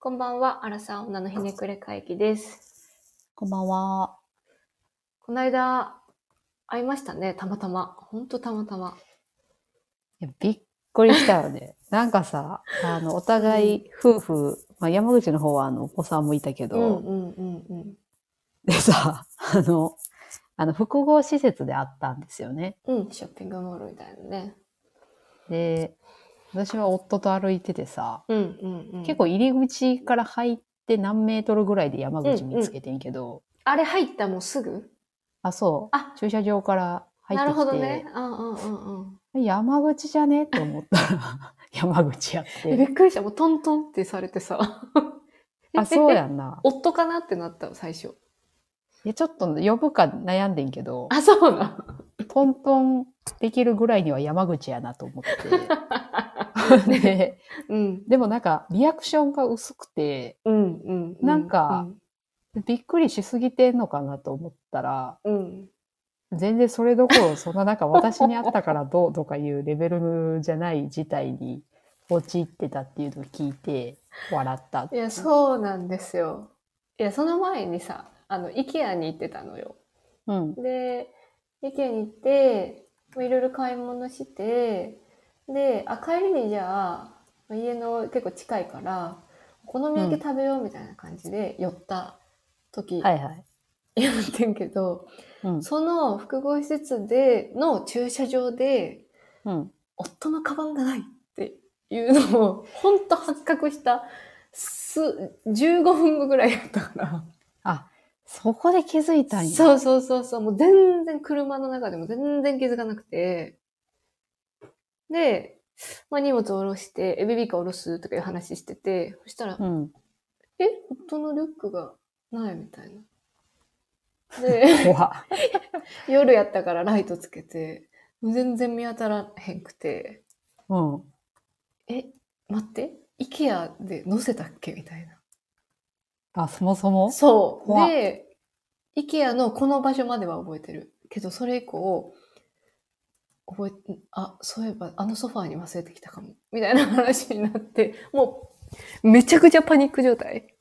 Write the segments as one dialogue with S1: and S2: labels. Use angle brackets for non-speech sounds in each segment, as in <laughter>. S1: こんばんは、アラサー女のひねくれ会議です。
S2: こんばんは。
S1: この間、会いましたね、たまたま。ほんとたまたま。
S2: いやびっくりした
S1: <laughs>
S2: よね。なんかさ、あの、お互い夫婦、まあ、山口の方はあの、お子さんもいたけ
S1: うん
S2: ど、
S1: うんうんうん。
S2: でさ、あの、あの、複合施設であったんですよね。
S1: うん、ショッピングモールみたいなね。
S2: で、私は夫と歩いててさ、
S1: うんうんうん。
S2: 結構入り口から入って何メートルぐらいで山口見つけてんけど、
S1: あれ入ったもうすぐ
S2: あ、そう、
S1: あ、
S2: 駐車場から入
S1: な
S2: って
S1: る
S2: きて、
S1: ほどね。うんうんうんうん。
S2: 山口じゃねと思った
S1: <laughs>
S2: ら、山口やっ。
S1: え <laughs> びってくりした。もうトントンってされて <laughs> さ。
S2: あ、そう
S1: <laughs> ん。
S2: やんな。
S1: 夫かなってなったの、最初。
S2: いや、ちょっと呼ぶか悩んでんけど、
S1: あ、そうなの。
S2: トントンできるぐらいには山口やなと思 <laughs> って。で、
S1: うん。
S2: でもなんか、リアクションが薄くて、
S1: うんうんう。
S2: なんか、びっくりしすぎてんのかなと思ったら、
S1: うん。
S2: 全然それどころ、そんななんか私にあったからどう <laughs> とかいうレベルじゃない事態に陥ってたっていうのを聞いて、笑った。
S1: いや、そうなんですよ。いや、その前にさ、あの、IKEA に行ってたのよ。
S2: うん。
S1: で、IKEA に行って、まあいろいろ買い物して、で、あ、帰りにじゃあ、まあ家の結構近いから、お好み焼き食べようみたいな感じで寄った時、
S2: はいはい。
S1: 言ってんけど、
S2: うん。
S1: その複合施設での駐車場で、
S2: うん。
S1: 夫のカバンがないっていうのを、ほんと発覚した、す、15分後ぐらいだったか
S2: あ、そこで気づいた
S1: ら。
S2: んや。
S1: そうそうそうそう、もう全然車の中でも全然気づかなくて。で、まあ荷物を下ろして、え、ベビーカー下ろすとかいう話してて、そしたら、
S2: うん。
S1: え、夫のリュックがないみたいな。で、 <laughs>
S2: 怖っ。
S1: 夜やったからライトつけて、もう全然見当たらへんくて。
S2: うん。
S1: え、待って、IKEA で載せたっけみたいな。
S2: あ、そもそも
S1: そう。
S2: 怖っ
S1: で、IKEA のこの場所までは覚えてる。けど、それ以降、覚え、あ、そういえば、あのソファーに忘れてきたかも。みたいな話になって、もう、めちゃくちゃパニック状態。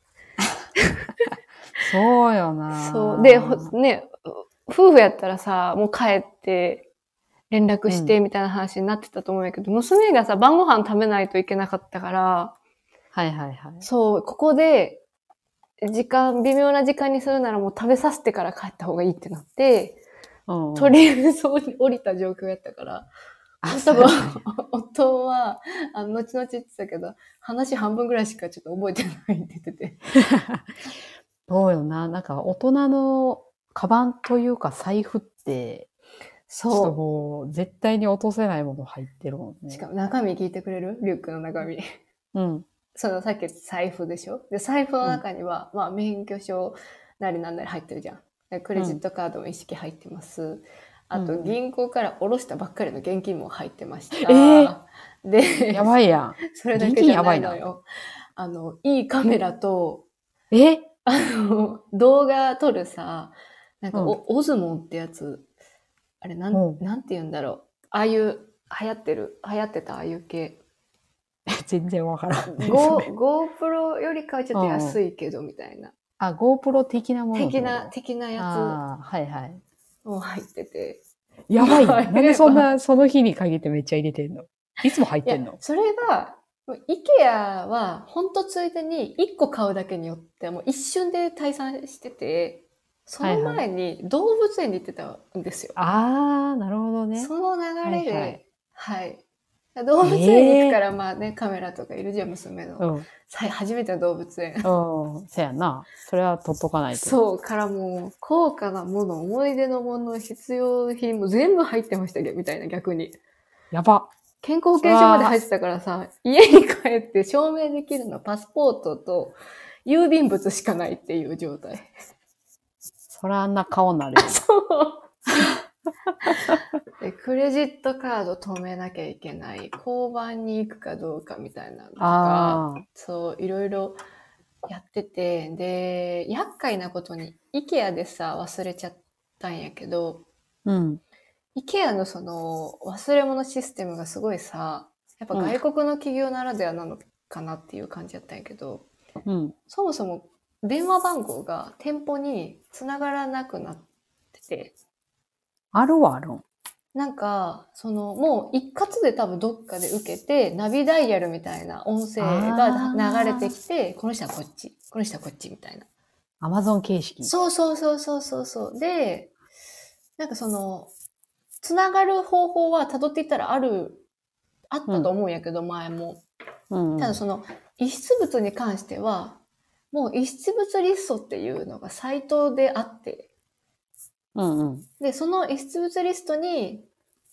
S2: そうよな。
S1: そう。で、ほね、夫婦やったらさ、もう帰って、連絡して、みたいな話になってたと思うんやけど、娘がさ、晩ご飯食べないといけなかったから、
S2: はいはいはい。
S1: そう、ここで、時間、微妙な時間にするならもう食べさせてから帰った方がいいってなって、
S2: うん
S1: とりあえず降りた状況やったから、 <laughs>
S2: あ
S1: 多分
S2: そう <laughs> やね、
S1: 夫は、あの、後々言ってたけど、話半分ぐらいしかちょっと覚えてないって言ってて。
S2: そうよな。なんか、大人のカバンというか財布って、ちょっと
S1: そ
S2: もう、絶対に落とせないもの入ってるもん
S1: う。
S2: ね。
S1: しかも中身聞いてくれるリュックの中身。 <laughs>
S2: うん。
S1: そのさっき言った財布でしょで、財布の中には、まあ免許証なりなんなり入ってるじゃん。でクレジットカードも一式入ってます。あ
S2: う
S1: と、
S2: ん
S1: 銀行から下ろしたばっかりの現金も入ってました。
S2: えー
S1: で、
S2: やばいや
S1: <laughs> それだけじゃないの
S2: 現金や
S1: よ。あの、いいカメラと、 <laughs>
S2: ん。え
S1: あの、動画撮るさ、なんか、
S2: うん
S1: おオズモンってやつ、あれ、なん、
S2: うん
S1: なんて言うんだろう。ああいう、流行ってる、流行ってたああいう系。
S2: 全然わから
S1: <laughs>
S2: ん。
S1: Go
S2: それ
S1: GoPro よりかはちょっと安いけど、みたいな。
S2: あ、GoPro 的なものって
S1: 的
S2: こと。
S1: な、的なや
S2: あーはいはい。
S1: つも入ってて。
S2: やばい
S1: やば
S2: や
S1: い
S2: ん。なんでそんな、その日に限ってめっちゃ入れてんのいつも入っ
S1: い
S2: て
S1: や
S2: んの、
S1: それが、IKEA は、ほんとついでに1個買うだけによって、もう一瞬で退散してて、その前に動物園に行ってたんですよ。
S2: あー、なるほどね。
S1: その流れで、は
S2: はいい、
S1: 動物園に行くから、まあね、カメラとかいるじゃん、娘の。
S2: うん。うん。
S1: さい初めての動物園。
S2: そやな。それは取っとかないと。
S1: そう、からもう、高価なもの、思い出のもの、必要品も全部入ってましたけど、みたいな、逆に。
S2: やば。
S1: 健康保険証まで入ってたからさ、家に帰って証明できるのはパスポートと郵便物しかないっていう状態。
S2: <laughs> そらあんな顔になる
S1: <laughs>
S2: よ。
S1: でクレジットカード止めなきゃいけない。交番に行くかどうかみたいなのとか、
S2: ああ。
S1: そう、いろいろやってて、で、厄介なことに、IKEA でさ、忘れちゃったんやけど、
S2: うん。
S1: IKEA のその忘れ物システムがすごいさ、やっぱ外国の企業ならではなのかなっていう感じやったんやけど、
S2: うん。
S1: そもそも電話番号が店舗に繋がらなくなってて、
S2: あるはあるん。
S1: なんか、その、もう一括で多分どっかで受けて、ナビダイヤルみたいな音声が
S2: あ
S1: 流れ
S2: ー
S1: てきて、この人はこっち、この人はこっちみたいな。
S2: アマゾン形式。
S1: そうそうそうそうそうそう。で、なんかその、つながる方法は辿っていったらある、あったと思うんやけど、前も。
S2: うんうん。
S1: ただその、遺失物に関しては、もう遺失物リストっていうのがサイトであって、
S2: うんうん。
S1: で、その遺失物リストに、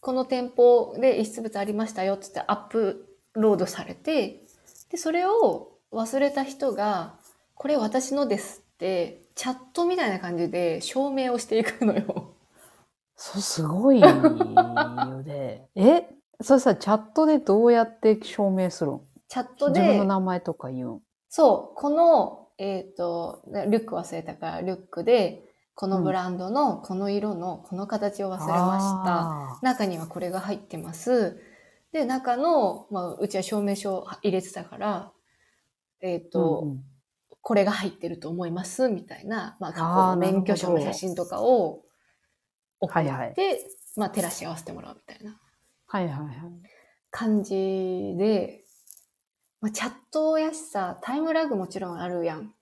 S1: この店舗で遺失物ありましたよってってアップロードされて、で、それを忘れた人が、これ私のですって、チャットみたいな感じで証明をしていくのよ。 <laughs>
S2: そう、すごいよね。 <laughs> えそれさ、チャットでどうやって証明するん
S1: チャット
S2: 自分
S1: で
S2: の、名前とか言うん。
S1: そう、この、えっ、と、リュック忘れたから、リュックで、このブランドの、この色の、この形を忘れました。
S2: あ
S1: 中にはこれが入ってます。で、中の、まあ、うちは証明書を入れてたから、えっ、
S2: ー。
S1: と、
S2: うんうん
S1: これが入ってると思います、みたいな、まあ、過去
S2: あ
S1: の
S2: ーなるほど
S1: 免許証の写真とかを送って、
S2: はいはい
S1: まあ、照らし合わせてもらうみたいな
S2: はいはいはい。
S1: 感じで、まあ、チャットやしさ、タイムラグもちろんあるやん。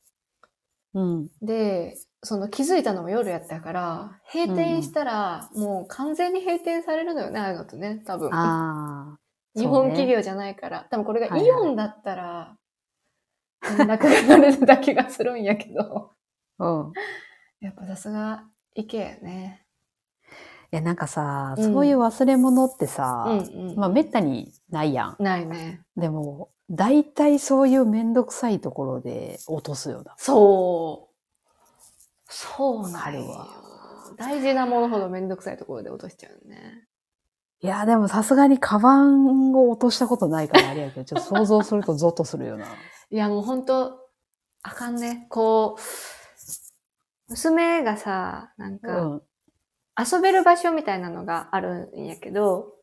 S2: うん。
S1: で、その気づいたのも夜やったから、閉店したら、もう完全に閉店されるのよね、ああいうのとね、多分。
S2: ああ。
S1: 日
S2: そう
S1: 本
S2: ね
S1: 企業じゃないから。多分これ
S2: は
S1: が
S2: いはい
S1: イオンだったら、なくなるだけがするんやけど。
S2: うん。
S1: <laughs> やっぱさすが、IKEA ね。
S2: いや、なんかさ、
S1: うん
S2: そういう忘れ物ってさ、
S1: うんうん。
S2: まあ、めったにないやん。
S1: ないね。
S2: でも、大体そういうめんどくさいところで落とすよな。
S1: そう。そうなる
S2: わか
S1: わ。大事なものほどめんどくさいところで落としちゃうね。
S2: いや、でもさすがにカバンを落としたことないからあれやけど、ちょっと想像するとゾッとするよな。
S1: いや、もうほんと、あかんね。こう、娘がさ、なん
S2: う
S1: か、
S2: ん。
S1: 遊べる場所みたいなのがあるんやけど、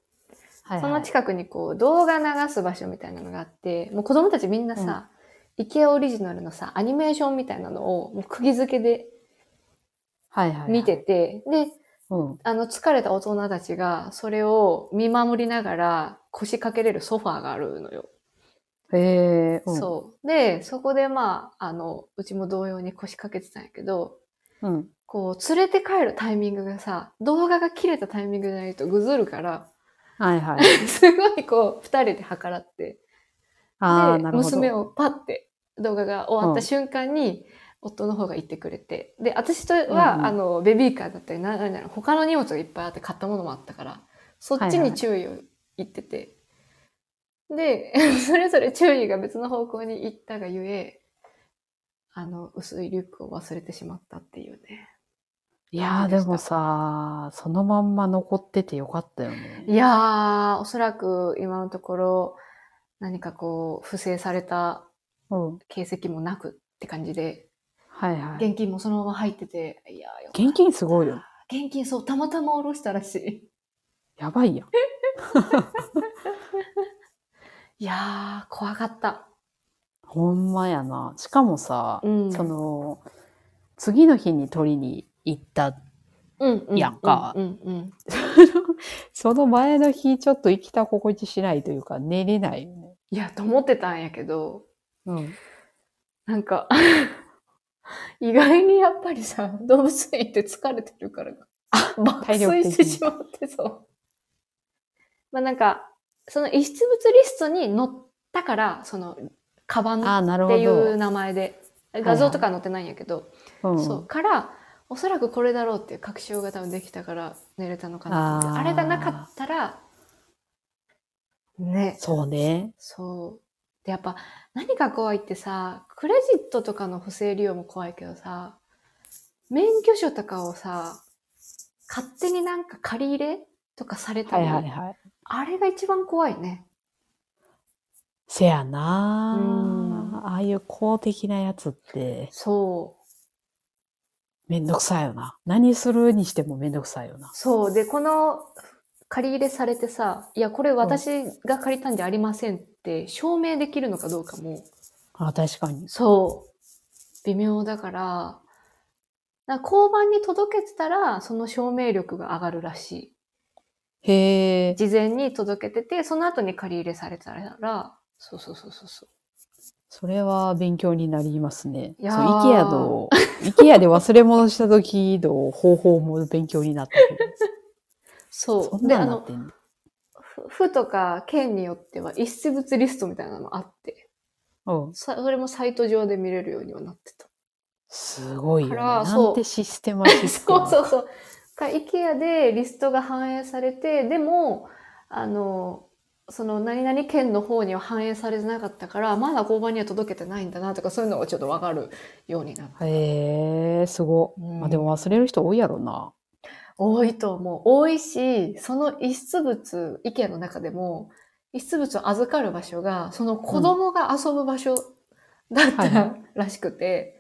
S2: はい、
S1: そ
S2: は
S1: の
S2: い。
S1: 近くにこう動画流す場所みたいなのがあって、もう子供たちみんなさ、IKEA オリジナルのさ、アニメーションみたいなのをもう釘付けで
S2: はいはいはい
S1: 見て。て、で、
S2: うん。
S1: あの疲れた大人たちがそれを見守りながら腰掛けれるソファーがあるのよ。
S2: えー、うん。
S1: そう。で、そこでまあ、あの、うちも同様に腰掛けてたんやけど、
S2: う。うん。
S1: こう連れて帰るタイミングがさ、動画が切れたタイミングじゃないとぐずるから、 <laughs>
S2: はいはい。
S1: すごいこう二人で計らって、
S2: ああ、
S1: で
S2: なるほど。
S1: 娘をパッて動画が終わっ
S2: うん
S1: た瞬間に、夫の方が行ってくれて。で、私と
S2: う
S1: は、
S2: んうん
S1: あの、ベビーカーだったり、ななんだろう、他の荷物がいっぱいあって買ったものもあったから、そっち
S2: はい
S1: に
S2: はい
S1: 注意を言ってて。で、 <laughs> それぞれ注意が別の方向に行ったがゆえ、あの、薄いリュックを忘れてしまったっていうね。
S2: いやー、でもさ、そのまんま残っててよかったよね。
S1: いやー、おそらく今のところ、何かこう、不正された
S2: うん。
S1: 形跡もなくって感じで、
S2: はいはい。
S1: 現金もそのまま入ってて、いやーよかった
S2: 現金すごいよ。
S1: 現金そう、たまたま下ろしたらしい。
S2: やばいやん。
S1: いやー、怖かった。
S2: ほんまやな。しかもさ、
S1: うん
S2: その、次の日に取りに行った。
S1: うん、うん。
S2: やんか
S1: うん、うん。
S2: その前の日、ちょっと生きた心地しないというか、寝れないよね。
S1: いや、と思ってたんやけど、
S2: うん。
S1: なんか、 <laughs> 意外にやっぱりさ、動物園行って疲れてるからか、爆
S2: 体力
S1: 睡
S2: 的に
S1: してしまってそう。まあなんか、その遺失物リストに載ったから、その、カバンっ
S2: ああ、なる
S1: て
S2: ほ
S1: い
S2: ど
S1: う。名前で、
S2: い
S1: 画像とか載ってないんやけど、
S2: うん、
S1: そう。から、おそらくこれだろうっていう確証が多分できたから寝れたのかなと思って
S2: あ
S1: あ
S2: ー
S1: れがなかったら、ね。
S2: そうね。
S1: そう。で、やっぱ何が怖いってさ、クレジットとかの不正利用も怖いけどさ、免許証とかをさ、勝手になんか借り入れとかされた
S2: はい
S1: り、
S2: はいはい。
S1: あれが一番怖いね。
S2: せや
S1: う
S2: なああいう公的なやつって、
S1: そう。
S2: めんどくさいよな。何するにしてもめんどくさいよな。
S1: そう。で、この借り入れされてさ、いや、これ私が借りたんじゃありませんって証明できるのかどうかも、
S2: あ、確かに。
S1: そう。微妙だから、なんか交番に届けてたら、その証明力が上がるらしい。
S2: へえ。
S1: 事前に届けてて、その後に借り入れされたら、そうそうそうそうそう。
S2: それは勉強になりますね。
S1: い
S2: そう、
S1: やー
S2: IKEA の、IKEA で忘れ物した時の方法も勉強になったけど。
S1: そ
S2: そ
S1: う。
S2: ん
S1: で、
S2: な
S1: あ
S2: んなっ
S1: の、
S2: てんだ。
S1: ふ府とか県によっては、一施物リストみたいなのもあって、
S2: うん。
S1: さそれもサイト上で見れるようにはなってた。
S2: すごいよね。
S1: だから
S2: なんてシステマシステ
S1: そ
S2: ム。
S1: う <laughs> そうそう。か IKEA でリストが反映されて、でも、あの、その何々県の方には反映されてなかったから、まだ交番には届けてないんだなとか、そういうのがちょっとわかるようになる。
S2: へえ、すご。
S1: うん
S2: まあでも忘れる人多いやろな。
S1: 多いと思う。多いし、その遺失物、IKEA の中でも、遺失物を預かる場所が、その子供が遊ぶ場所だっ
S2: は
S1: た
S2: いは
S1: らしくて、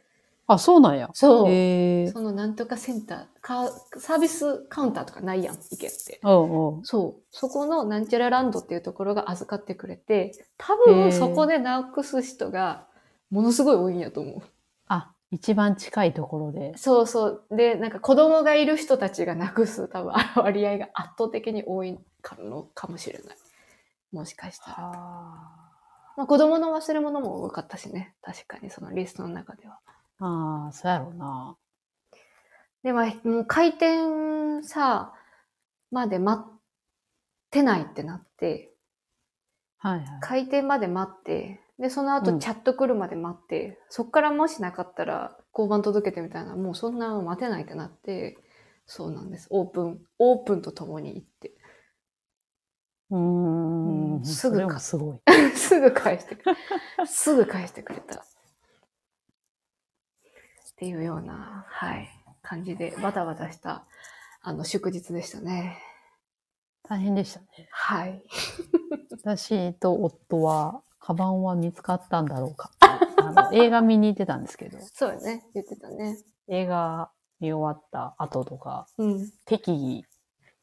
S2: あ、そうなんや。
S1: そう
S2: へえ。
S1: そのなんとかセンター、かサービスカウンターとかないやん、IKEA って。
S2: うんうん。
S1: そう。そこのなんちゃらランドっていうところが預かってくれて、多分そこでなくす人がものすごい多いんやと思う。
S2: あ、一番近いところで。
S1: そうそう。で、なんか子供がいる人たちがなくす多分 <laughs> 割合が圧倒的に多いかのかもしれない。もしかしたら。まあ子供の忘れ物も多かったしね。確かにそのリストの中では。
S2: ああ、そうやろな。
S1: でも、もう開店さ、まで待ってないってなって、
S2: はいはい。
S1: 開店まで待って、で、その後
S2: うん
S1: チャット来るまで待って、そっからもしなかったら交番届けてみたいな、もうそんなの待てないってなって、そうなんです。オープン、オープンとともに行って、 <laughs>
S2: うー。
S1: うんんすぐ
S2: それ
S1: か
S2: もすごい。
S1: すぐ返して
S2: <laughs>
S1: くれ、すぐ返してくれた。っていうような、はい、感じで、バタバタした、あの、祝日でしたね。
S2: 大変でしたね。
S1: はい。
S2: 私と夫は、カバンは見つかったんだろ <laughs> うかっていう。あの映画見に行ってたんですけど、
S1: そうよね。言ってたね。
S2: 映画見終わった後とか、
S1: うん。
S2: 適宜、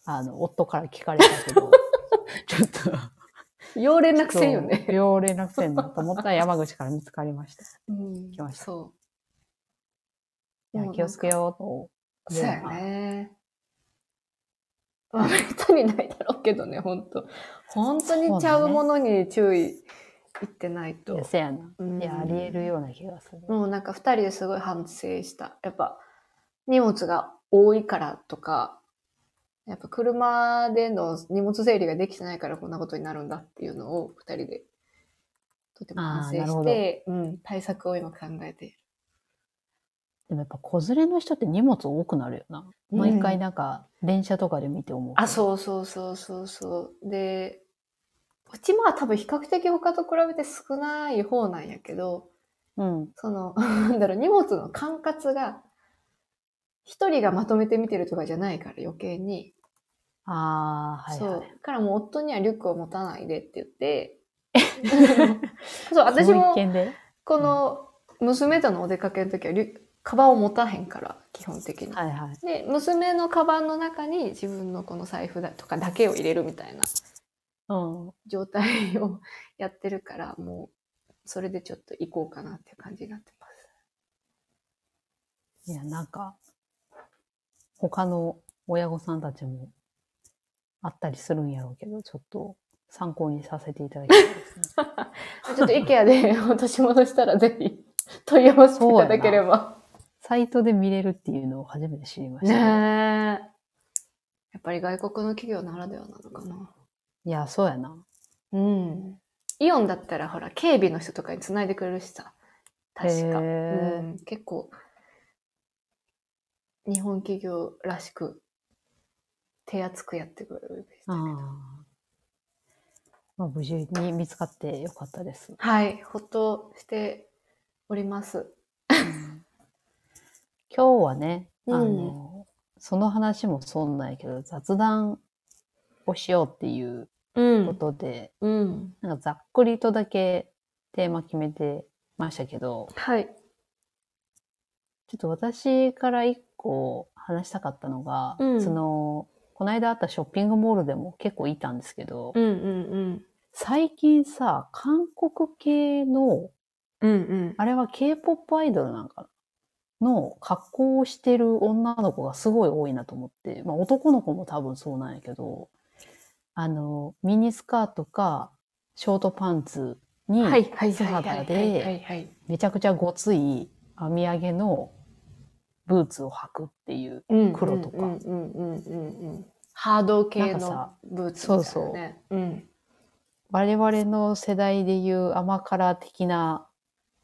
S2: あの、夫から聞かれたけど、 <laughs> ちょっと、 <laughs>
S1: 要連絡せんよね。
S2: そう。要連絡せんなと思ったら山口から見つかりました。
S1: うん
S2: 来ました
S1: そ。
S2: いうや、気をつけようと。
S1: う。そうやね。まあ、めったにないだろうけどね、本当本当にちゃうものに注意いってない
S2: い
S1: と。
S2: や、せやな。
S1: うん
S2: いや、ありえるような気がする。
S1: もうなんか二人ですごい反省した。やっぱ荷物が多いからとか、やっぱ車での荷物整理ができてないからこんなことになるんだっていうのを二人でとても反省
S2: あーなる
S1: し
S2: ほ
S1: て、うん、対策を今考えている。
S2: でもやっぱ、子連れの人って荷物多くなるよな。毎回
S1: うん
S2: なんか、電車とかで見て思う。
S1: あ、そうそうそうそうそう。で、うちまあ多分比較的他と比べて少ない方なんやけど、
S2: う。うん。
S1: その、 <laughs> なんだろう、荷物の管轄が、一人がまとめて見てるとかじゃないから余計に。
S2: ああ、はい、はい。
S1: そう。だからもう夫にはリュックを持たないでって言
S2: <laughs>
S1: って。そう、私も
S2: その一件で。
S1: この娘とのお出かけの時はリュカバンを持たへんから、基本的に。
S2: はいはい。
S1: で、娘のカバンの中に自分のこの財布だとかだけを入れるみたいな
S2: うん。
S1: 状態を <laughs> やってるから、もう、それでちょっと行こうかなっていう感じになってます。
S2: いや、なんか、他の親御さんたちもあったりするんやろうけど、ちょっと参考にさせていただきた
S1: <laughs>
S2: いですね。
S1: ちょっと IKEA で <laughs> 落とし物したらぜひ <laughs> 問い合わせていただければ。
S2: サイトで見れるっていうのを初めて知りまし
S1: ねえ。
S2: た。
S1: やっぱり外国の企業ならではなのかな。
S2: いや、そうやな。
S1: うん。イオンだったらほら、警備の人とかにつないでくれるしさ。確か。
S2: へえ
S1: うん、結構、日本企業らしく、手厚くやってくれるべき
S2: あ
S1: だけど。
S2: あ。まあ、無事に見つかってよかったです。
S1: はい、ほっとしております。
S2: 今日はね、あ
S1: うん
S2: の、その話もそんないけど、雑談をしようっていう
S1: う
S2: こ
S1: ん。
S2: とで、
S1: うん。
S2: なんかざっくりとだけテーマ決めてましたけど、
S1: はい。
S2: ちょっと私から一個話したかったのが、
S1: うん
S2: その、この間あったショッピングモールでも結構いたんですけど、
S1: うんうん
S2: 最近さ、韓国系の
S1: うんうん。
S2: あれは K-POP アイドルなんかなの格好をしてる女の子がすごい多いなと思って、まあ男の子も多分そうなんやけど、あの、ミニスカートか、ショートパンツに、
S1: はいはい
S2: 素
S1: はいはい
S2: 肌
S1: はいはい
S2: で、
S1: はい。
S2: めちゃくちゃごつい編み上げのブーツを履くっていう。
S1: うん
S2: 黒とか
S1: うんうんうんうんうん。ハード系
S2: なんか
S1: の
S2: さ
S1: ブーツ
S2: そうそう
S1: みたいなね。うん。
S2: 我々の世代でいう甘辛的な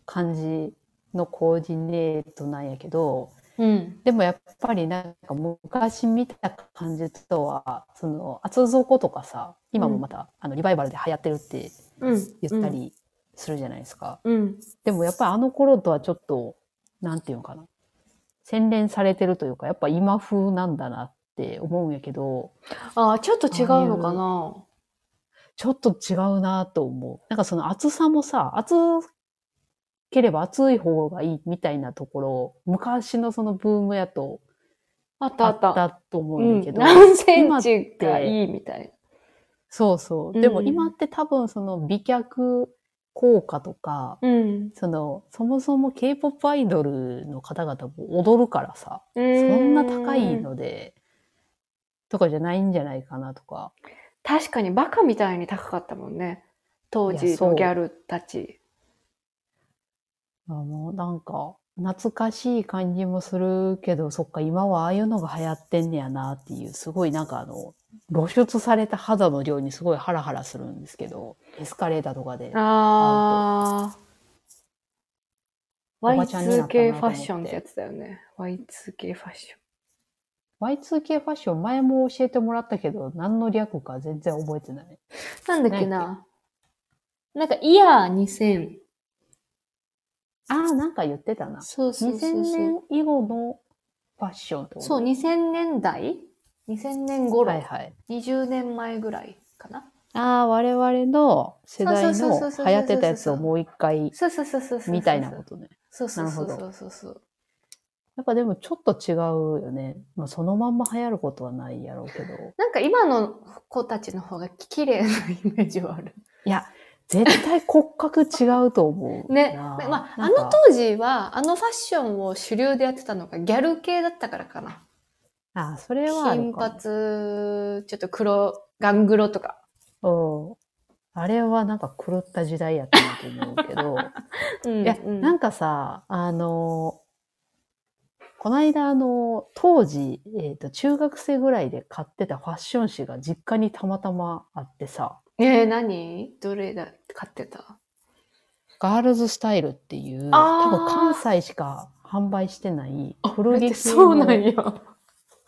S2: 感じのコーディネートなんやけど、
S1: うん。
S2: でもやっぱりなんか昔見た感じとは、その厚底とかさ、今もまた、あのリバイバルで流行ってるって
S1: うん。
S2: 言ったりするじゃないですか。
S1: うん。
S2: でもやっぱりあの頃とはちょっと、なんていうのかな。洗練されてるというか、やっぱ今風なんだなって思うんやけど、
S1: ああ、ちょっと違うのかな
S2: ちょっと違うなと思う。なんかその厚さもさ、厚ければ厚い方がいいみたいなところ、昔のそのブームやと
S1: あった
S2: あ
S1: あ
S2: っ
S1: った。
S2: たと思
S1: う
S2: うん
S1: ん
S2: だけど、
S1: 何センチがいいみたい
S2: そうそうう。
S1: ん
S2: でも今って多分その美脚効果とか、
S1: な。うん。
S2: その、そもそも K-POP アイドルの方々も踊るからさ、
S1: そ
S2: そんな高いので、とかじゃないんじゃないかなとか。
S1: 確かにバカみたいに高かったもんね。当
S2: い
S1: 時
S2: やそ
S1: の
S2: う
S1: ギャルたち。
S2: あの、なんか、懐かしい感じもするけど、そっか、今はああいうのが流行ってんねやなっていう、すごいなんかあの、露出された肌の量にすごいハラハラするんですけど、エスカレーターとかで。
S1: ああ。
S2: おばちゃんになったなと思って
S1: Y2K ファッションってやつだよね。Y2K ファッション。
S2: Y2K ファッション前も教えてもらったけど、何の略か全然覚えてない。
S1: なんだっけな。なんか、イヤー2000。
S2: ああ、なんか言ってたな。
S1: そうそうそう
S2: 2000
S1: そう。
S2: 年以後のファッションってこと
S1: そう、2000年代 ?2000 年頃、
S2: はいはい。
S1: 20年前ぐらいかな。
S2: ああ、我々の世代
S1: そうそうそ
S2: の
S1: うそう
S2: 流行ってたやつをもう一回
S1: そうそうそうそうそうそう。
S2: みたいなことね。
S1: そうそうそう
S2: なる
S1: そうそうそう。
S2: やっぱでもちょっと違うよね。まあそのまんま流行ることはないやろうけど。
S1: なんか今の子たちの方が綺麗なイメージはある。
S2: いや、絶対骨格違うと思
S1: <laughs>
S2: う。
S1: ね。
S2: な
S1: まあ、
S2: な
S1: あ
S2: んか
S1: の当時は、あのファッションを主流でやってたのがギャル系だったからかな。
S2: あーそれはあ
S1: 金
S2: るかも
S1: 髪、ちょっと黒、ガングロとか。
S2: うん。あれはなんか狂った時代やったなと思うけど。
S1: うん
S2: いや、
S1: うん
S2: なんかさ、あのこないだあの当時、えっ、と、中学生ぐらいで買ってたファッション誌が実家にたまたまあってさ、
S1: えー、何どれだ買ってた
S2: ガールズスタイルっていう、
S1: あー
S2: 多分関西しか販売してない古
S1: め
S2: 着
S1: っちゃ
S2: 系の
S1: そうなんや。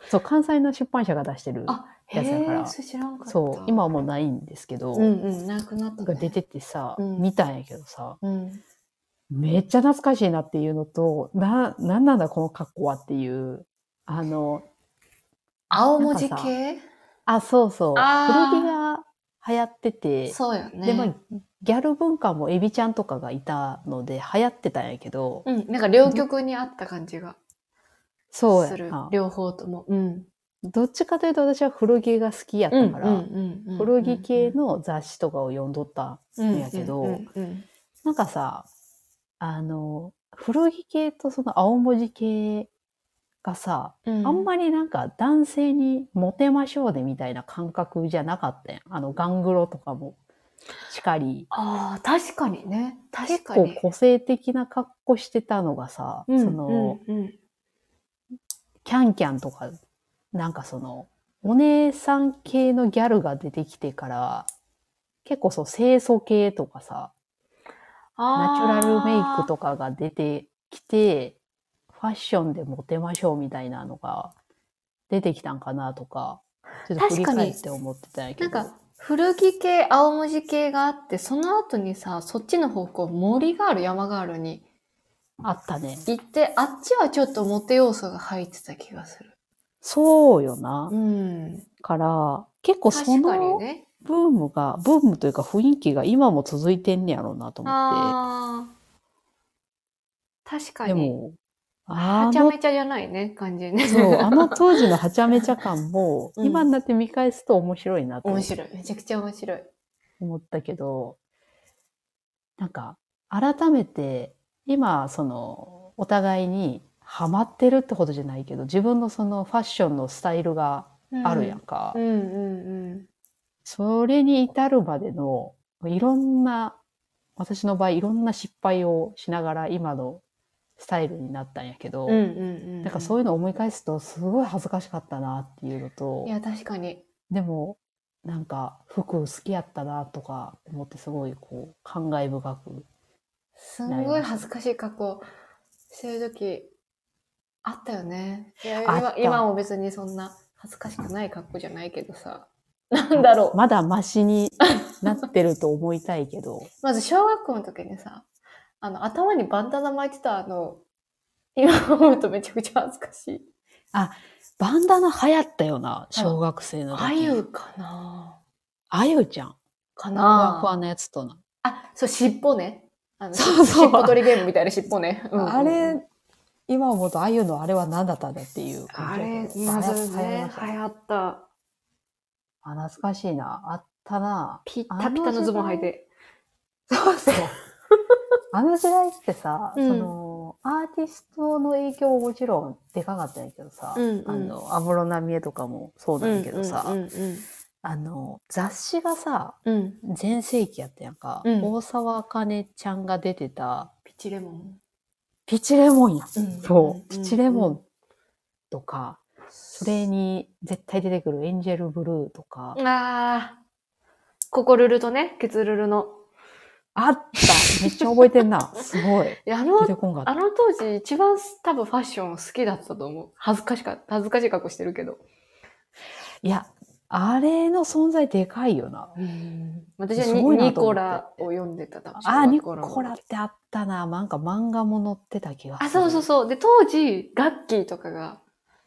S2: そう、関西の出版社が出してる。
S1: あ、へ
S2: やつやから
S1: え、それ知らんかった。
S2: そう、今はもうないんですけど、
S1: うんうん、なくなった、
S2: な
S1: ね。
S2: んか出ててさ、
S1: うん
S2: 見たんやけどさ、
S1: うん。
S2: めっちゃ懐かしいなっていうのと、な、なんなんだこの格好はっていう、あの、
S1: 青文字
S2: なんかさ
S1: 系
S2: あ、そうそう。
S1: あー
S2: 古着が流行ってて、
S1: そうよね。
S2: で、まあ、ギャル文化もエビちゃんとかがいたので流行ってたんやけど、
S1: うん、なんか両極にあった感じが
S2: そう
S1: す
S2: や
S1: る
S2: な。。
S1: 両方とも。うん。
S2: どっちかというと私は古着が好きやったから、
S1: うんうん
S2: 古着系の雑誌とかを読んどったんやけど、
S1: うんうんうん
S2: なんかさ、あの、古着系とその青文字系がさ、
S1: うん、
S2: あんまりなんか男性にモテましょうでみたいな感覚じゃなかったやん。あの、ガングロとかも、しかり。
S1: ああ、確かにね。確
S2: 結
S1: かに。
S2: 構個性的な格好してたのがさ、
S1: うん
S2: その、
S1: うんうん
S2: キャンキャンとか、なんかその、お姉さん系のギャルが出てきてから、結構そう、清楚系とかさ、ナチュラルメイク
S1: か。
S2: とかが出てきて、ファッションでモテましょうみたいなのが出てきたんかなとか、ちょっと振り返って思ってたんや
S1: な
S2: け
S1: ん
S2: ど。
S1: か、古着系、青文字系があって、その後にさ、そっちの方向、森がある、山があるに
S2: あったね。
S1: 行って、あっちはちょっとモテ要素が入ってた気がする。
S2: そうよな。
S1: うん。
S2: から、結構そ
S1: 確かに
S2: の
S1: ね。
S2: ブームが、ブームというか雰囲気が今も続いてんねやろうなと思っ
S1: ああ。確か
S2: て。
S1: に。
S2: でも、あ
S1: はちゃ
S2: の、
S1: めちゃじゃないね、感じね。
S2: そう、
S1: <laughs>
S2: あの当時のはちゃめちゃ感も、
S1: うん
S2: 今になって見返すと面白いなと
S1: 面白い。めちゃくちゃ面白い。
S2: 思ったけど、なんか、改めて、今、その、お互いにハマってるってことじゃないけど、自分のそのファッションのスタイルがあるやんか。
S1: うんうんうん。
S2: それに至るまでの、いろんな、私の場合いろんな失敗をしながら今のスタイルになったんやけど、
S1: うんうんうん。
S2: なんかそういうのを思い返すとすごい恥ずかしかったなっていうのと
S1: い、や、確かに。
S2: でもなんか服好きやったなとか思ってすごいこう感慨深く。
S1: すんごい恥ずかしい格好してる時あったよね。いや
S2: あっ
S1: 今
S2: た
S1: 今も別にそんな恥ずかしくない格好じゃないけど
S2: <laughs>
S1: さ。なんだろう。
S2: まだマシになってると思いたいけ
S1: <laughs>
S2: ど、
S1: まず小学校の時にさ、あの、頭にバンダナ巻いてたあの、今思うとめちゃくちゃ恥ずかしい。
S2: バンダナ流行ったよな、小学生の時。
S1: あゆかな
S2: あゆちゃん。
S1: か
S2: ふわ
S1: な
S2: ふわのやつとな。
S1: あ、そう、尻尾ね。あの
S2: そうそう
S1: 尻尾取りゲームみたいな尻尾ね。うんうんうん
S2: あれ、今思うと、あゆのあれは何だったんだっていう
S1: あ
S2: 感じ
S1: れ、
S2: だけど。
S1: まず
S2: 流行り
S1: ね
S2: まし、た
S1: 流行った。
S2: あ、懐かしいな。あっ
S1: <laughs>
S2: たな。
S1: ピッタピタのズボン履いて。
S2: そうそう。あの時代ってさ、
S1: うん
S2: その、アーティストの影響ももちろんでかかったんやけどさ、
S1: うんうん
S2: あの、安室奈美恵とかもそうなんやけどさ、
S1: うんうん
S2: あの、雑誌がさ、
S1: うんうん。
S2: 全盛期やったやんか、
S1: うん
S2: 大沢あかねちゃんが出てた、
S1: ピチレモン。
S2: ピチレモンや。
S1: うん
S2: そう、
S1: うん
S2: ピチレモンとか、それに絶対出てくるエンジェルブルーとか。
S1: ああ。ココルルとね、ケツルルの。
S2: あっためっちゃ覚えて
S1: <laughs>
S2: んな。すごい。
S1: いやあ
S2: 出
S1: の、
S2: てこんかっ
S1: あ
S2: た。
S1: の当時一番多分ファッション好きだったと思う。恥ずかしかった。恥ずかしい格好してるけど。
S2: いや、あれの存在でかいよな。
S1: 私は
S2: す
S1: ニ
S2: ごいな
S1: ニ
S2: と思
S1: コ
S2: って
S1: ラを読んでた。多分
S2: あ、ニ
S1: 小
S2: コ
S1: 学校の
S2: ラってあったな。なんか漫画も載ってた気がする。
S1: あ、そうそう
S2: う。
S1: そう。で、当時、ガッキーとかが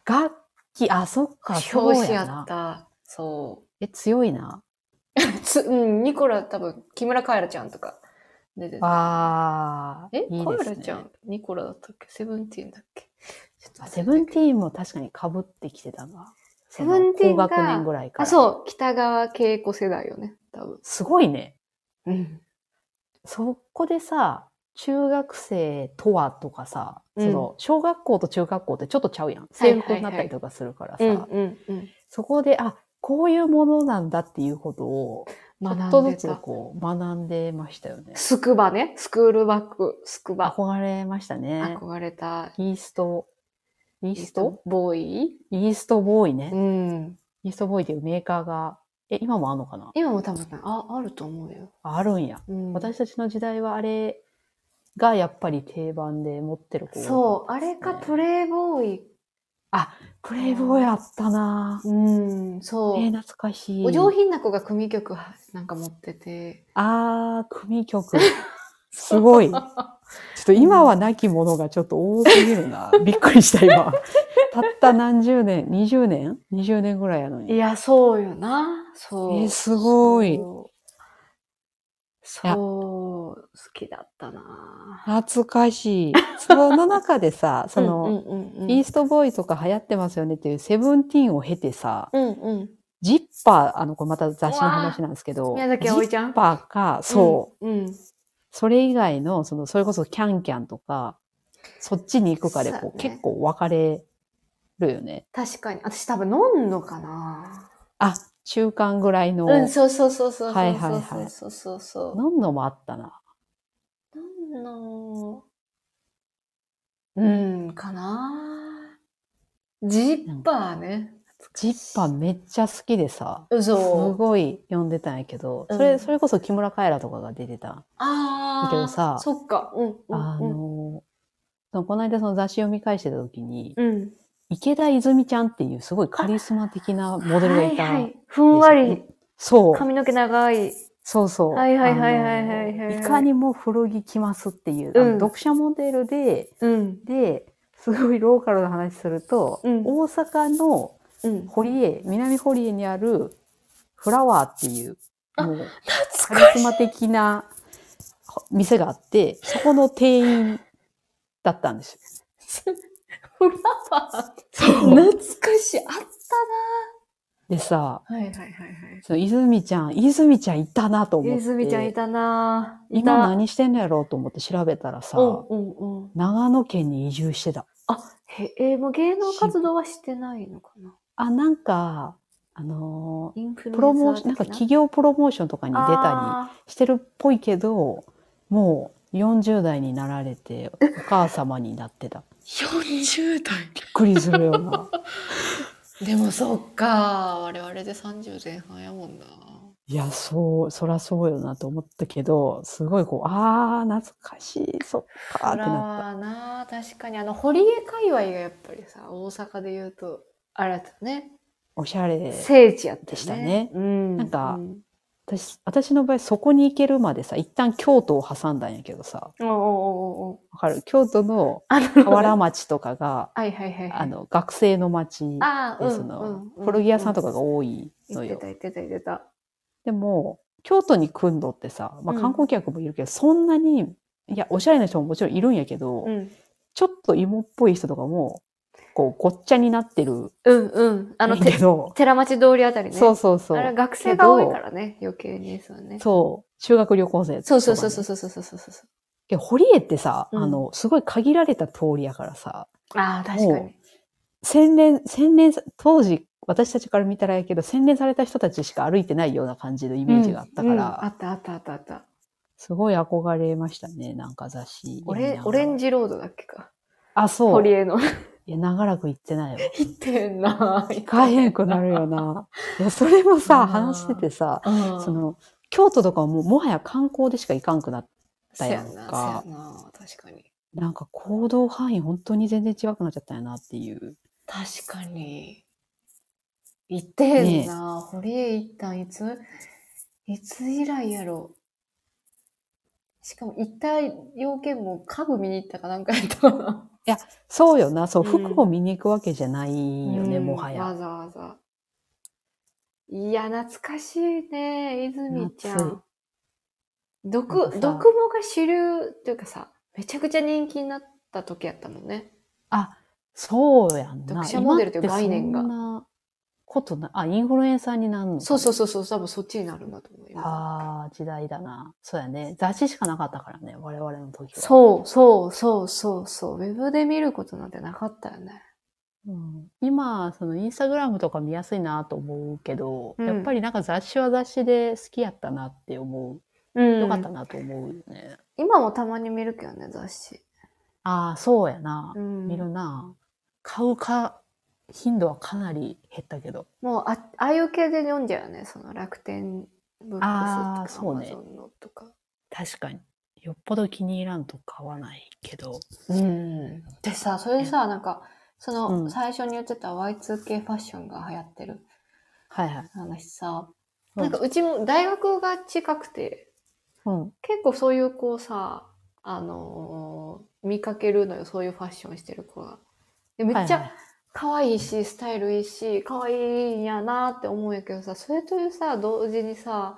S2: 楽器、あ、そっか、そう
S1: 表紙
S2: や
S1: やっ
S2: な。
S1: た。そう。
S2: え、強いな。
S1: つうん、ニコラ多分、木村カエラちゃんとか出てた。
S2: あー、
S1: え
S2: いい
S1: カ
S2: で
S1: エ
S2: す
S1: ラ
S2: ね
S1: ちゃん、ニコラだったっけセブンティーンだっけちょっと忘れたけ
S2: あ
S1: ど
S2: セブンティーンも確かに被ってきてたな。
S1: セブンティーン
S2: その
S1: が
S2: 高学年ぐらいから。
S1: あ、そう、北川景子世代よね、多分。
S2: すごいね。
S1: うん。
S2: そこでさ、中学生とはとかさ、
S1: うん
S2: その、小学校と中学校ってちょっとちゃうやん。
S1: はい
S2: 制
S1: はい
S2: 服になったりとかするからさ、
S1: うんうんうん。
S2: そこで、あ、こういうものなんだっていうことを、ちょっと
S1: 学ん
S2: ず
S1: で
S2: つ
S1: た。
S2: こう、学んでましたよね。
S1: スクバね、スクールバッグ、スクバ。
S2: 憧れましたね。
S1: 憧れた。
S2: イースト、イースト
S1: ボーイ
S2: イーストボーイね、
S1: うん。
S2: イーストボーイっていうメーカーが、え、今もあんのかな
S1: 今も多分ね、あ、あると思うよ。
S2: ああるんや。
S1: うん、
S2: 私たちの時代はあれがやっぱり定番で持ってる子
S1: そう、あれかプレイボーイ。
S2: プレイボーイやったなぁ
S1: うん、
S2: え
S1: そう。
S2: ー、懐かしい。
S1: お上品な子が組曲はなんか持ってて。
S2: あー、組
S1: <laughs>
S2: 曲。すごい。ちょっと今はなきものがちょっと多すぎるな。びっくりした今。たった何十年 ?20 年 ?20 年ぐらいやのに。
S1: いや、そうよな。そう。
S2: えーすごい
S1: そう。
S2: いや
S1: そう、好きだったな。
S2: 懐かしい。その中
S1: <laughs>
S2: でさ、その、
S1: うんうんうんうん、
S2: イーストボーイとか流行ってますよねっていうセブンティーンを経てさ、
S1: うんうん。
S2: ジッパー、あの、これまた雑誌の話なんですけど、
S1: 宮崎葵ちゃん
S2: ジッパーか、そう、
S1: うん。うん。
S2: それ以外の、その、それこそキャンキャンとか、そっちに行くかで、
S1: そう
S2: こ
S1: だ
S2: う、
S1: ね
S2: 結構分かれるよね。
S1: 確かに。私多分飲んのかな。
S2: あ、中間ぐらいの、
S1: うん、そうそうそうそうそうそう。
S2: はいはいはい
S1: そうそうそ
S2: 飲んのもあったな。
S1: う。飲んの。うん、かな。ジッパーね。
S2: ジッパーめっちゃ好きでさ、す
S1: 嘘。
S2: ごい読んでたんやけど、そうれ、
S1: ん
S2: それこそ木村カエラとかが出てた。
S1: ああ。
S2: だけどさ
S1: そっか。うん。うん
S2: あの、そのこの間その雑誌読み返してた時に、
S1: うん。
S2: 池田泉ちゃんっていうすごいカリスマ的なモデルがいた。
S1: はいはい、ふんわ
S2: です
S1: り
S2: よ。そう。
S1: 髪の毛長い。
S2: そうそう。
S1: はいはいはいはいはいはい
S2: あ
S1: はい
S2: のいかにも古着着ますっていう、
S1: うん
S2: あの読者モデルで、
S1: うん。
S2: で、すごい <laughs> ローカルな話すると、
S1: うん
S2: 大阪の
S1: うん。
S2: 堀江、南堀江にあるフラワーっていう、
S1: あ
S2: もうカ
S1: 懐
S2: リスマ的な店があって、そこの店員だったんですよ。
S1: フラワー。
S2: そう
S1: 懐かしい。あったな
S2: でさ、
S1: はいはいはいは
S2: その泉ちゃん、泉ちゃんいたなと思っ
S1: い。
S2: て。
S1: 泉ちゃんいたなぁ。い
S2: 今
S1: た。
S2: 何してんのやろうと思って調べたらさ、
S1: うんうんうん。
S2: 長野県に移住してた。
S1: へえー、もう芸能活動はしてないのかな
S2: あ、なんか、あの
S1: インフルエンサー
S2: ープロモーション、なんか企業プロモーションとかに出た
S1: あ
S2: りしてるっぽいけど、もう40代になられて、お母様になってた。
S1: ー40代。
S2: びっくりするよ
S1: <laughs>
S2: な。
S1: でもそっか、我々で30前半やもんな。
S2: いや、そう、そらそうよなと思ったけど、すごいこう、あー、懐かしい、そっか
S1: あ
S2: ーって
S1: ら
S2: なった。
S1: ーなあ確かにあの堀江界隈がやっぱりさ大阪で言うとあれだったね
S2: おしゃれ。
S1: 聖地やったよ
S2: でしたね
S1: うん、
S2: なんか
S1: うん
S2: 私、私の場合、そこに行けるまでさ、一旦京都を挟んだんやけどさ、
S1: おうおうおうおう
S2: わかる京都の
S1: あの
S2: 河原町とかが、
S1: はいはいはいはい
S2: あの、学生の町で、
S1: あーうん
S2: そ
S1: うん
S2: の
S1: う、ん
S2: 古着屋さんとかが多い
S1: 言
S2: の
S1: って
S2: よ
S1: た。言ってた言ってた
S2: でも、京都に来んのってさ、まあ
S1: うん
S2: 観光客もいるけど、そんなに、いや、おしゃれな人ももちろんいるんやけど、
S1: うん
S2: ちょっと芋っぽい人とかも、こう、ごっちゃになってる
S1: うんうんあの
S2: け
S1: て
S2: ど、
S1: 寺町通りあたりね
S2: <laughs> そうそうそ
S1: あれ
S2: う。
S1: 学生が多いからね余計にそうね
S2: そう。修学旅行生とかね、
S1: そうそうそうそうそうそうそうそう
S2: けど堀江ってさ、
S1: うん
S2: あの、すごい限られた通りやからさ、
S1: ああ確か
S2: も
S1: に
S2: 洗練、洗練さ、当時、私たちから見たらやけど、洗練された人たちしか歩いてないような感じのイ
S1: イ
S2: メージがあったから、
S1: あったあったあったあった
S2: すごい憧れましたね、なんか雑誌
S1: オ
S2: 読みなが
S1: レ
S2: ら。
S1: オレンジロードだっけか
S2: あ、そう。
S1: 堀
S2: い
S1: 江の
S2: や、長らく行って
S1: <laughs>
S2: ないよ。
S1: 行ってんな
S2: 行かへんくなるよな。 <laughs> いや、それも
S1: う
S2: さ、
S1: ん
S2: 話しててさ、
S1: うん
S2: その、京都とかはもうもはや観光でしか行かんくなっ
S1: そ
S2: た
S1: や
S2: や
S1: ん
S2: ん
S1: な
S2: か
S1: そ。やな確かに
S2: なんか行動範囲本当に全然違くなっちゃったんやなっていう。
S1: 確かに行ってんな、堀江行ったんいついつ以来やろしかも行った要件も家具見に行ったかなんかやったかな
S2: そうよな、そう、
S1: うん
S2: 服を見に行くわけじゃないよね、
S1: うん
S2: もは
S1: わ
S2: や。
S1: ざわざいや懐かしいね泉ちゃ
S2: 懐
S1: ん毒
S2: なんか
S1: 毒
S2: さ
S1: もが主流というかさめちゃくちゃ人気になった時やったもんね
S2: あ、そうやんな。
S1: 読者モデルという概念が
S2: 今ってそんなことな、あ、インフルエンサーになるの。
S1: そうそううそうそう多分そっちになるんだと思います
S2: ああ、時代だな。そうやね。雑誌しかなかったからね、我々の時は。
S1: そうそうそうそうそう。ウェブで見ることなんてなかったよね。
S2: うん今、そのインスタグラムとか見やすいなと思うけど、
S1: うん
S2: やっぱりなんか雑誌は雑誌で好きやったなって思
S1: う
S2: う。
S1: ん
S2: よかったなと思うよね。
S1: 今もたまに見るけどね、雑誌。
S2: ああ、そうやな。
S1: ん
S2: 見るな。買うか、頻度はかなり減ったけど。
S1: もうあ、ああいう系で読んじゃうよね。その楽天ブックスと
S2: あー
S1: か、ア
S2: そう
S1: マ
S2: ね
S1: ゾンのとか。
S2: 確かに。よっぽど気に入らんと買わないけど。
S1: うん。でさ、それでさ、なんか、その、
S2: うん
S1: 最初に言ってた Y2K ファッションが流行ってる
S2: はいはい。
S1: 話さ、
S2: うん
S1: なんかうちも大学が近くて、
S2: うん。
S1: 結構そういうこうさ、あのー見かけるのよ、そういうファッションしてる子が。でめっちゃ、
S2: はいはい
S1: 可愛いし、スタイルいいし、可愛いんやなって思うんやけどさ、それとさ、同時にさ、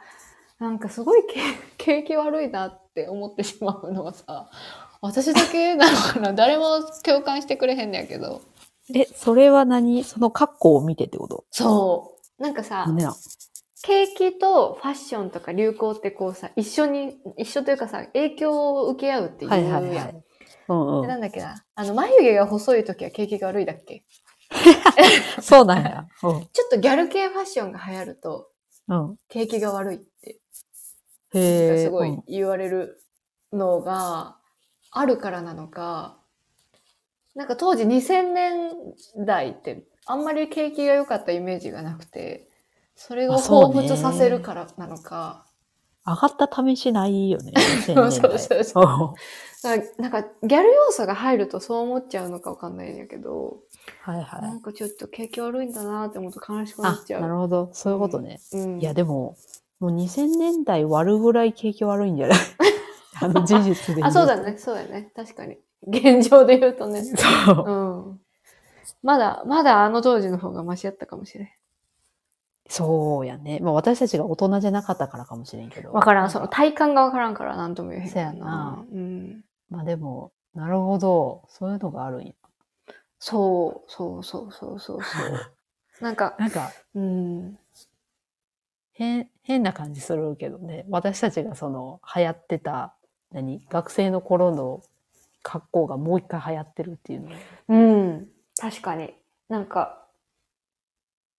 S1: なんかすごいけ <laughs> 景気悪いなって思ってしまうのはさ、私だけなのかな誰も共感してくれへんねやけど。
S2: え、それは何その格好を見てってこと
S1: そう。なんかさ、
S2: なんでなん
S1: 景気とファッションとか流行ってこうさ、一緒に、一緒というかさ、影響を受け合うっていうやん。
S2: はいはいはい。うん
S1: で
S2: う。
S1: なんんだっけなあの、眉毛が細い時は景気が悪いだっけ
S2: そうなんや。うん
S1: ちょっとギャル系ファッションが流行ると、。
S2: うん。
S1: 景気が悪いって、
S2: へえ。
S1: すご
S2: う
S1: い
S2: ん
S1: 言われるのがあるからなのか、なんか当時2000年代ってあんまり景気が良かったイメージがなくて、それを
S2: あそう
S1: 彷
S2: ね
S1: 彿させるからなのか、
S2: 上がった試しない <laughs> よね。
S1: そうそうそう
S2: 2000年代
S1: なんかなんかギャル要素が入るとそう思っちゃうのかわかんないんやけど、
S2: はいは。
S1: ないんかちょっと景気悪いんだなって思うと悲しくな
S2: あ
S1: っ、ちゃう。
S2: なるほど。そういうことね。
S1: うん
S2: いや、でも、もう2000年代割るぐらい景気悪いんじゃ
S1: <laughs>
S2: ないあの事実で言と
S1: あ、そうだ。ね、そうだね。確かに。現状で言うとね。
S2: そう。
S1: うん。まだ、まだあの当時の方がマシやったかもしれん。
S2: そうやね。まあ私たちが大人じゃなかったからかもしれんけど。
S1: わからん。その体感がわからんからなんとも言えへん
S2: せやな。
S1: うん。
S2: まあでも、なるほど。そういうのがあるんや。
S1: そう、そうそうそうそうそう。なんか、
S2: なんか、
S1: うん。
S2: 変、変な感じするけどね。私たちがその、流行ってた、何学生の頃の格好がもう一回流行ってるっていうの。
S1: うん。確かに。なんか、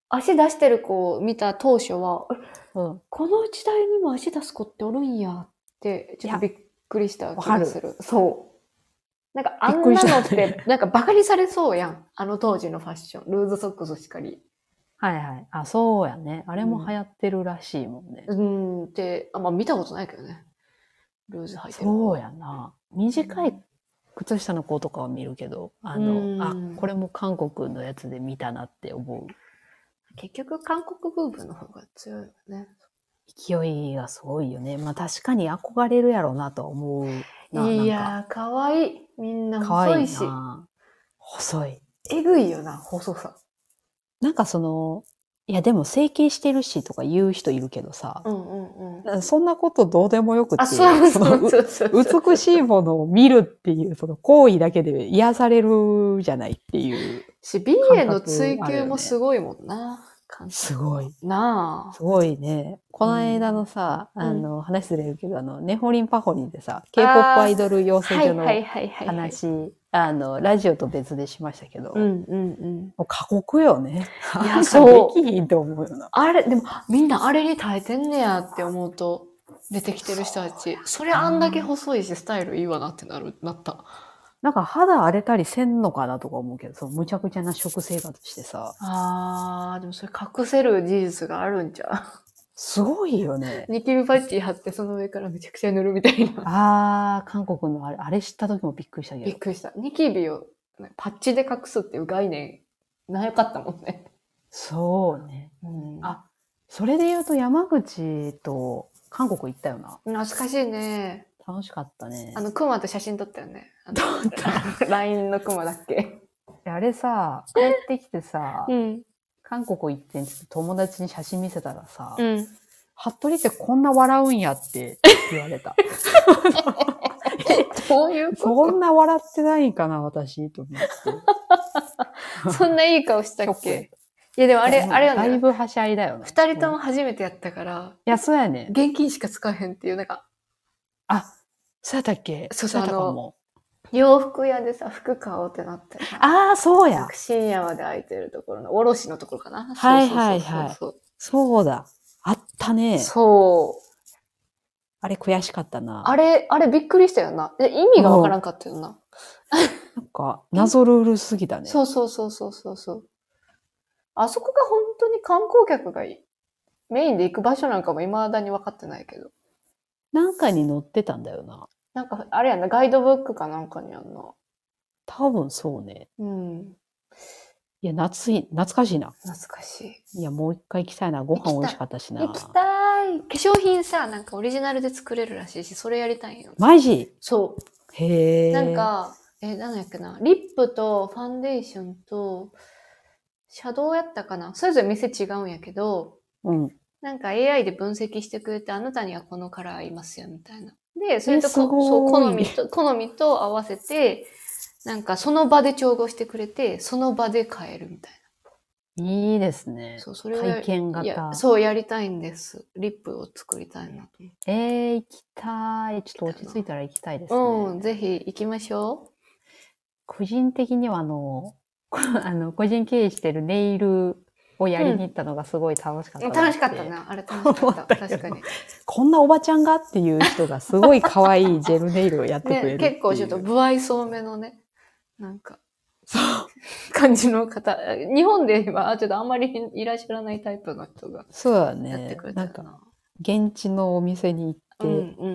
S1: 足出してる子を見た当初は、え
S2: うん。
S1: この時代にも足出す子っておるんやって、ちょっとびっくりした気がする。そう。なんかあん
S2: びっ
S1: な
S2: くり
S1: の
S2: し
S1: った <laughs> て、
S2: ね
S1: なんかバカにされそうやん。あの当時のファッション。ルーズソックスしかり。
S2: はいはい。あ、そうやね。あれも流行ってるらしいもんね。
S1: うーんって、あんま見たことないけどね。ルーズ履いてる。
S2: そうやな。短い靴下の子とかは見るけど、あ
S1: うん
S2: の、あ、これも韓国のやつで見たなって思う。
S1: 結局、韓国ブームの方が強いよね。
S2: 勢いがすごいよね。まあ確かに憧れるやろうなとは思うな。
S1: いやー、かわいい。みんな
S2: なんか、可
S1: 細
S2: 愛
S1: い
S2: い
S1: し。
S2: な。細い。
S1: えぐいよな、細さ。
S2: なんかその、いやでも整形してるしとか言う人いるけどさ、
S1: うんうんうん。
S2: そんなことどうでもよくて、
S1: あ、そうそ
S2: その
S1: うそう <laughs> そう
S2: 美しいものを見るっていう、その行為だけで癒されるじゃないっていう。
S1: し、美
S2: 覚ある
S1: へ
S2: よね
S1: の追求もすごいもんな。感じ
S2: すごい。
S1: なあ。
S2: すごいね。この間のさ、
S1: うん
S2: あの、話ずれるけど、あの、ネホリンパホリンでさ、
S1: ー
S2: K-POP アイドル養成
S1: はい
S2: 所
S1: は
S2: の
S1: いはいはい。
S2: 話、あの、ラジオと別でしましたけど、
S1: う
S2: も
S1: んうんうん。
S2: う過酷よね。
S1: いや
S2: なんか
S1: そう
S2: できひんと思うよな。
S1: あれ、でも、みんなあれに耐えてんねやって思うと、出てきてる人たち。そりゃあんだけ細いし、スタイルいいわなってなる、なった。
S2: なんか肌荒れたりせんのかなとか思うけど、そのむちゃくちゃな食生活してさ、
S1: あー、でもそれ隠せる事実があるんじゃう。
S2: すごい
S1: <laughs>
S2: よね。
S1: ニキビパッチ貼ってその上からめちゃくちゃ塗るみたいな。
S2: あー、韓国のあれ、あれ知った時もびっくりしたけ
S1: <laughs> びっ
S2: ど。
S1: くりした。ニキビをパッチで隠すっていう概念、なかったもんね。
S2: そうね。
S1: うんあ、
S2: あ、それで言うと山口と韓国行ったよな。
S1: 懐かしいね。
S2: 楽しかったね。
S1: あの、クマと写真撮ったよね。撮 <laughs> った。LINE のクマだっけ。
S2: であ
S1: <laughs>
S2: れさ、帰ってきてさ、
S1: ん。
S2: 韓国行ってんちょっと友達に写真見せたらさ、
S1: うん。
S2: 服部ってこんな笑うんやって言わ
S1: <laughs>
S2: れた。
S1: そういう
S2: そ
S1: こ
S2: んな笑ってないんかな、私、と思って。
S1: とそんないい顔したっ
S2: ショックや
S1: けいや、でもあれ、
S2: うん
S1: あれよ
S2: だい
S1: ね。
S2: ぶはしゃいだよな。
S1: 二人と
S2: うん
S1: も
S2: い
S1: 初めてやったから、
S2: や、そうやね。
S1: 現金しか使えへんっていう、なんか、
S2: あ、そうやったっけ
S1: そう
S2: やったかも。
S1: 洋服屋でさ、服買おうってなってさ
S2: ああ、そうや。
S1: 深夜まで空いてるところの、卸のところかな。
S2: はいはいは
S1: そう
S2: い
S1: そう
S2: そうだ。あったね
S1: そう。そう。
S2: あれ悔しかったな。
S1: あれ、あれびっくりしたよな。で意味がわからんかったよな。
S2: なんか、謎ルールすぎたね。
S1: そうそうそうそうそうそう。あそこが本当に観光客がいいメインで行く場所なんかも未だに分かってないけど。
S2: なんかに載ってたんだよな。
S1: なんか、あれやな、ガイドブックかなんかにあんな。
S2: 多分そうね。
S1: うん。
S2: いや、夏い、懐かしいな。
S1: 懐かしい。
S2: いや、もう一回行きたいな。ご飯美味しかったしな
S1: 行。きたい。化粧品さ、なんかオリジナルで作れるらしいし、それやりたいんよ。
S2: マジ
S1: そう。
S2: へえ。
S1: なん、か、え、なんだっけな、リップとファンデーションと、シャドウやったかなそれぞれ店違うんやけど、
S2: うん。
S1: なんか AI で分析してくれて、あなたにはこのカラー合いますよ、みたいな。で、それと
S2: えす
S1: こ
S2: ごい
S1: そう好みと、好みと合わせて、なんかその場で調合してくれて、その場で変えるみたい
S2: いいですね
S1: な。。そう、それをや
S2: 体験
S1: いや
S2: 型。
S1: そう、やりたいんです。リップを作りたいなと思って。
S2: えー、行きたい。ちょっと落ち着いたら行きたいですね。
S1: うん、ぜひ行きましょ
S2: 個人的には、あの、こ <laughs> あの、個人経営してるネイルをやりに行ったのがすごい楽しか
S1: う。
S2: ったなて
S1: 楽しかった。な。あれ楽しか
S2: 思
S1: っ。
S2: ったたけど
S1: 確か
S2: <laughs>
S1: に。
S2: こんなおばちゃんがっていう人がすごい可愛いジェルネイルをやってくれる
S1: ね、
S2: っていう
S1: <laughs> 結構ちょっと不愛想めのね、なんか、感じの方。日本で今、ちょっとあんまりいらっしゃらないタイプの人が
S2: そうだ
S1: やって
S2: ね
S1: くれ。た
S2: なん
S1: よな。
S2: か、現地のお店に行って、
S1: うんう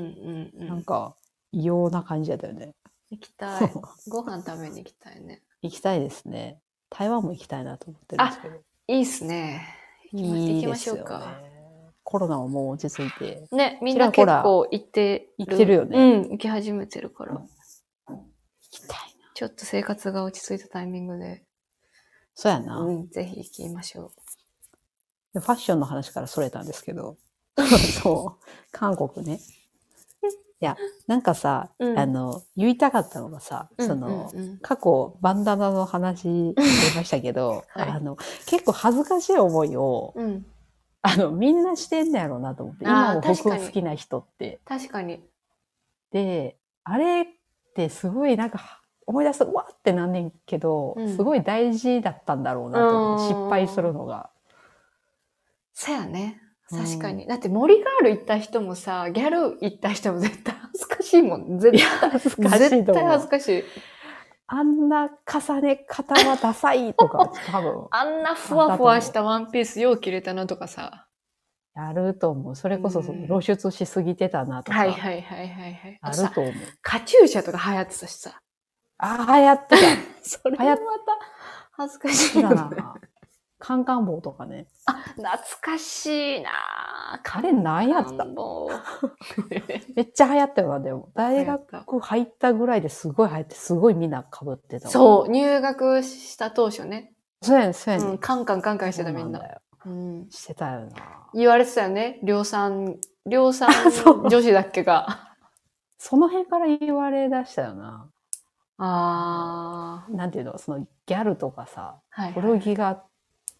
S1: んうんう
S2: なん
S1: ん。
S2: か、異様な感じだったよね。
S1: 行きたい。ご飯食べに行きたいね。
S2: 行きたいですね。台湾も行きたいなと思ってるんですけど。
S1: いいっすね。行きま
S2: いい
S1: 行
S2: で
S1: きますしょ
S2: よ
S1: うか。
S2: ね。コロナももう落ち着いて。
S1: ね、みんな
S2: ち
S1: 結
S2: らほ
S1: 構行って
S2: 行ってるよね
S1: うん、行き始めてるから。
S2: 行きたいな。
S1: ちょっと生活が落ち着いたタイミングで、
S2: そうやな。
S1: うん、ぜひ行きましょ
S2: で <laughs> ファッションの話からそれたんですけど。そう。韓国ね。なんかさ、
S1: うん
S2: あの、言いたかったのがさ、その、
S1: うんうん
S2: 過去、バンダナの話出ましたけど、
S1: <laughs> はい
S2: あの、結構恥ずかしい思いを、
S1: うん、うん
S2: あの、みんなしてんねやろうなと思って、
S1: あー
S2: 今も僕
S1: 確かに
S2: 好きな人って。
S1: 確かに。
S2: で、あれってすごいなんか、思い出すと、うわーってなんねんけど、
S1: うん
S2: すごい大事だったんだろうなと思って、
S1: うん
S2: 失敗するのが。
S1: そやね。
S2: うん
S1: 確かに。だって森ガール行った人もさ、ギャル行った人も絶対恥ずかしいもん。絶対
S2: 恥ずかしい
S1: 絶
S2: と
S1: 対
S2: 思
S1: 恥ず
S2: う。
S1: かしい。
S2: あんな重ね方はダサいとか、多分。
S1: あんなふわふわしたワンピースよう着れたなとかさ。
S2: やると思う。それこそそ
S1: うん
S2: の露出しすぎてたなとか、
S1: はいはいはいはいはい。
S2: あ
S1: あ
S2: る
S1: とさ、
S2: と思う。
S1: カチューシャとか流行ってたしさ。
S2: ああ、流行 <laughs> って
S1: それも
S2: 流行
S1: ま
S2: った
S1: 恥ずかしたいよ
S2: だ
S1: ね。
S2: な。カンカン帽とかね。
S1: 懐かしいな
S2: あれ何やった
S1: もう。
S2: めっちゃ流行ったよな、でも。 <laughs>
S1: 流
S2: 大
S1: 行っ
S2: 学入ったぐらいですごい流行って、すごいみんな被ってたわ。
S1: そう、入学した当初ね。
S2: そうやねん、そうやね
S1: うんん、。カンカンカンカンしてたみん
S2: そう
S1: な。
S2: だよ
S1: うん
S2: してたよな。
S1: 言われてたよね。量産、量産
S2: <laughs> そう
S1: 女子だっけが。
S2: その辺から言われだしたよな。
S1: あー。
S2: なんていうの、そのギャルとかさ、
S1: はい
S2: 古着が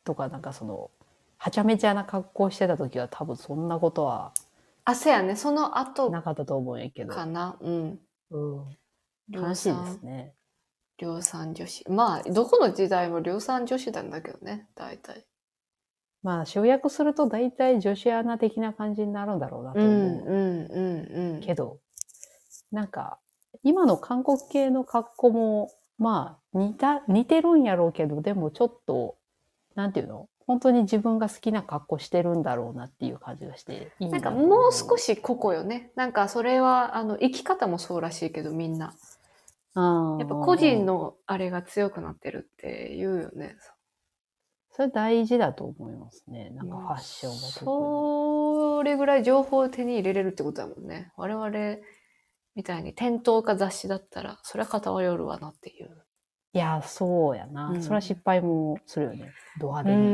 S2: とかなんかその、はちゃめちゃな格好してた時は多分そんなことは
S1: あ、そうやね。その後
S2: なかったと思うんやけど。
S1: かな。うん。
S2: うん。
S1: 量
S2: 楽しいで
S1: 産
S2: すね。
S1: 量産女子。まあ、どこの時代も量産女子なんだけどね。大体。
S2: まあ、集約すると大体女子アナ的な感じになるんだろうなと
S1: う
S2: 思
S1: ん、
S2: う、
S1: うん、うん、うん。
S2: けど、なんか、今の韓国系の格好も、まあ、似た、似てるんやろうけど、でもちょっと、なんていうの本当に自分が好きな格好してるんだろうなっていう感じがして、いい
S1: なんかもう少
S2: し、
S1: し個々よね。なんかそれは、あの、生き方もそうらしいけど、みんな。や
S2: や
S1: っぱ個人。のあれが強くなってるって言うよね。
S2: それ大事だと思いますね。なんかファッションが特に。
S1: それぐらい情報を手に入れれるってことだもんね。我々みたいに店頭か雑誌だったら、それは偏るわなっていう。
S2: いや、そうやな。
S1: うん
S2: それは失敗もするよね。ド派
S1: う
S2: 手に。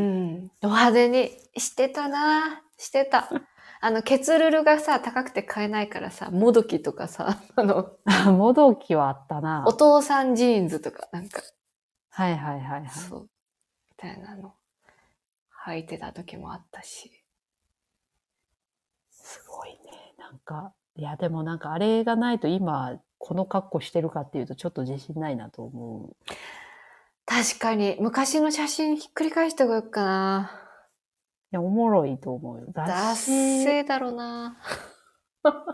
S1: ん。ド派手にしてたなしてた。あの、ケツルルがさ、高くて買えないからさ、もどきとかさ、 <laughs> あの、
S2: <laughs> もどきはあったな
S1: お。父さんジーンズとか、なんか、
S2: はいはいはいはい。
S1: そう、みたいなの、履いてた時もあったし。
S2: すごいね。なんか、いやでもなんかあれがないと今、この格好してるかっていうとちょっと自信ないなと思う。
S1: 確かに、昔の写真ひっくり返してこようかな。
S2: いや、おもろいと思うよ。
S1: ダッ
S2: 雑誌
S1: セーだろうな。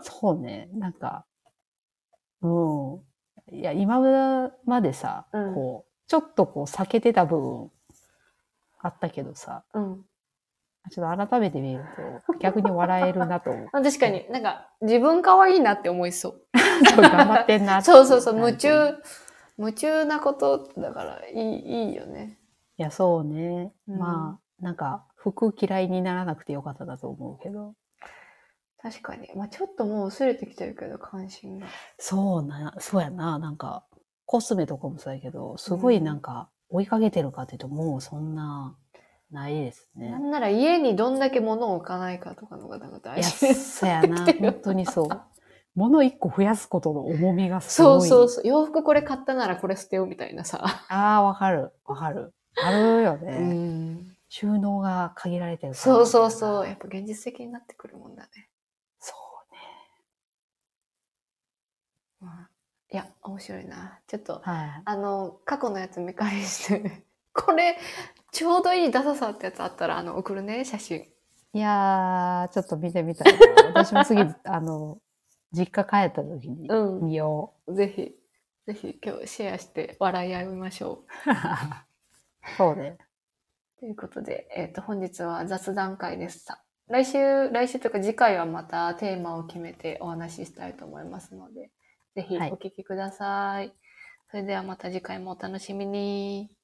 S2: そうね。なんか、うん。いや、今までさ、
S1: うん
S2: こう、ちょっとこう避けてた部分あったけどさ、
S1: うん。。
S2: ちょっと改めて見ると逆に笑えるなと思う
S1: <laughs> あ確かに、なんか、自分可愛いなって思いそう。
S2: そう頑張ってんなってい
S1: そうそうそう、
S2: なん
S1: 夢
S2: ていう
S1: 中、夢中なことだから、いい、いいよね。
S2: いや、そうね。
S1: うん
S2: まあ、なんか、服嫌いにならなくてよかったなと思うけど。
S1: 確かに。まあちょっともう薄れてきてるけど、関心が。
S2: そうな、そうやな。なんか、コスメとかもそうやけど、すご
S1: う
S2: い
S1: ん
S2: なんか、追いかけてるかっていうと、もうそんな、ないです
S1: な
S2: ね。
S1: んなら家にどんだけ物を置かないかとかのがなんか
S2: い
S1: 大
S2: や、
S1: 事です。
S2: そうやな。本当にそう。物一個増やすことの重みが
S1: <laughs>
S2: す
S1: そ
S2: ごい。
S1: うそうそう。洋服これ買ったならこれ捨てようみたいなさ。
S2: ああ、わかる。わかる。あるよね。
S1: うん。
S2: 収納が限られてるから
S1: そうそうそう。やっぱ現実的になってくるもんだね。
S2: そうね。
S1: まあいや、面白いな。ちょっと、
S2: はい。
S1: あの、過去のやつ見返して、 <laughs> これ、ちょうどいいダサさってやつあったら、あの、送るね、写真。
S2: いやー、ちょっと見てみたいな。
S1: <laughs>
S2: 私も次、あの、実家帰った時に
S1: う
S2: 見よ
S1: ん。ぜひ、ぜひ今日シェアして笑い合いましょ
S2: う。そうね。
S1: う。ということで、えっ、と、本日は雑談会でした。来週、来週というか次回はまたテーマを決めてお話ししたいと思いますので、ぜひお
S2: はい
S1: 聞きください、それではまた次回もお楽しみに。